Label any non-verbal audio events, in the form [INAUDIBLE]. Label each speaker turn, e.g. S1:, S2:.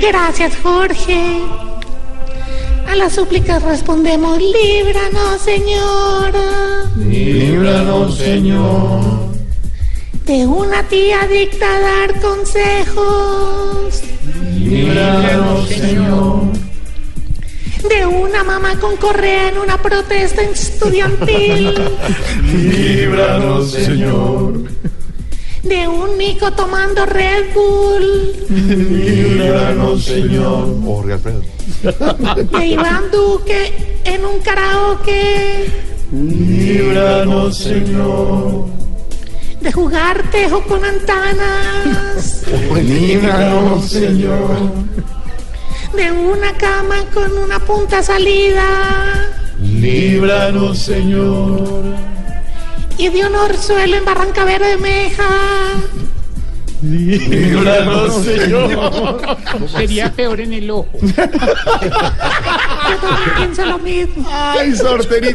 S1: Gracias, Jorge. A las súplicas respondemos, líbranos, señora,
S2: Líbranos, Señor.
S1: de una tía adicta a dar consejos,
S2: Líbranos, Señor.
S1: de una mamá con correa en una protesta estudiantil,
S2: Líbranos, Señor.
S1: de un mico tomando Red Bull,
S2: Líbranos, Señor.
S3: Jorge Alfredo.
S1: de Iván Duque en un karaoke,
S2: Líbranos, Señor.
S1: de jugar tejo con antanas,
S2: Líbranos, Señor.
S1: de una cama con una punta salida.
S2: Líbranos, Señor.
S1: y de un orzuelo en Barranca Bermeja.
S2: Líbranos, Señor.
S4: Sería peor
S1: [LAUGHS]
S4: en el ojo.
S1: Yo también pienso lo mismo.
S2: Ay, sorterita.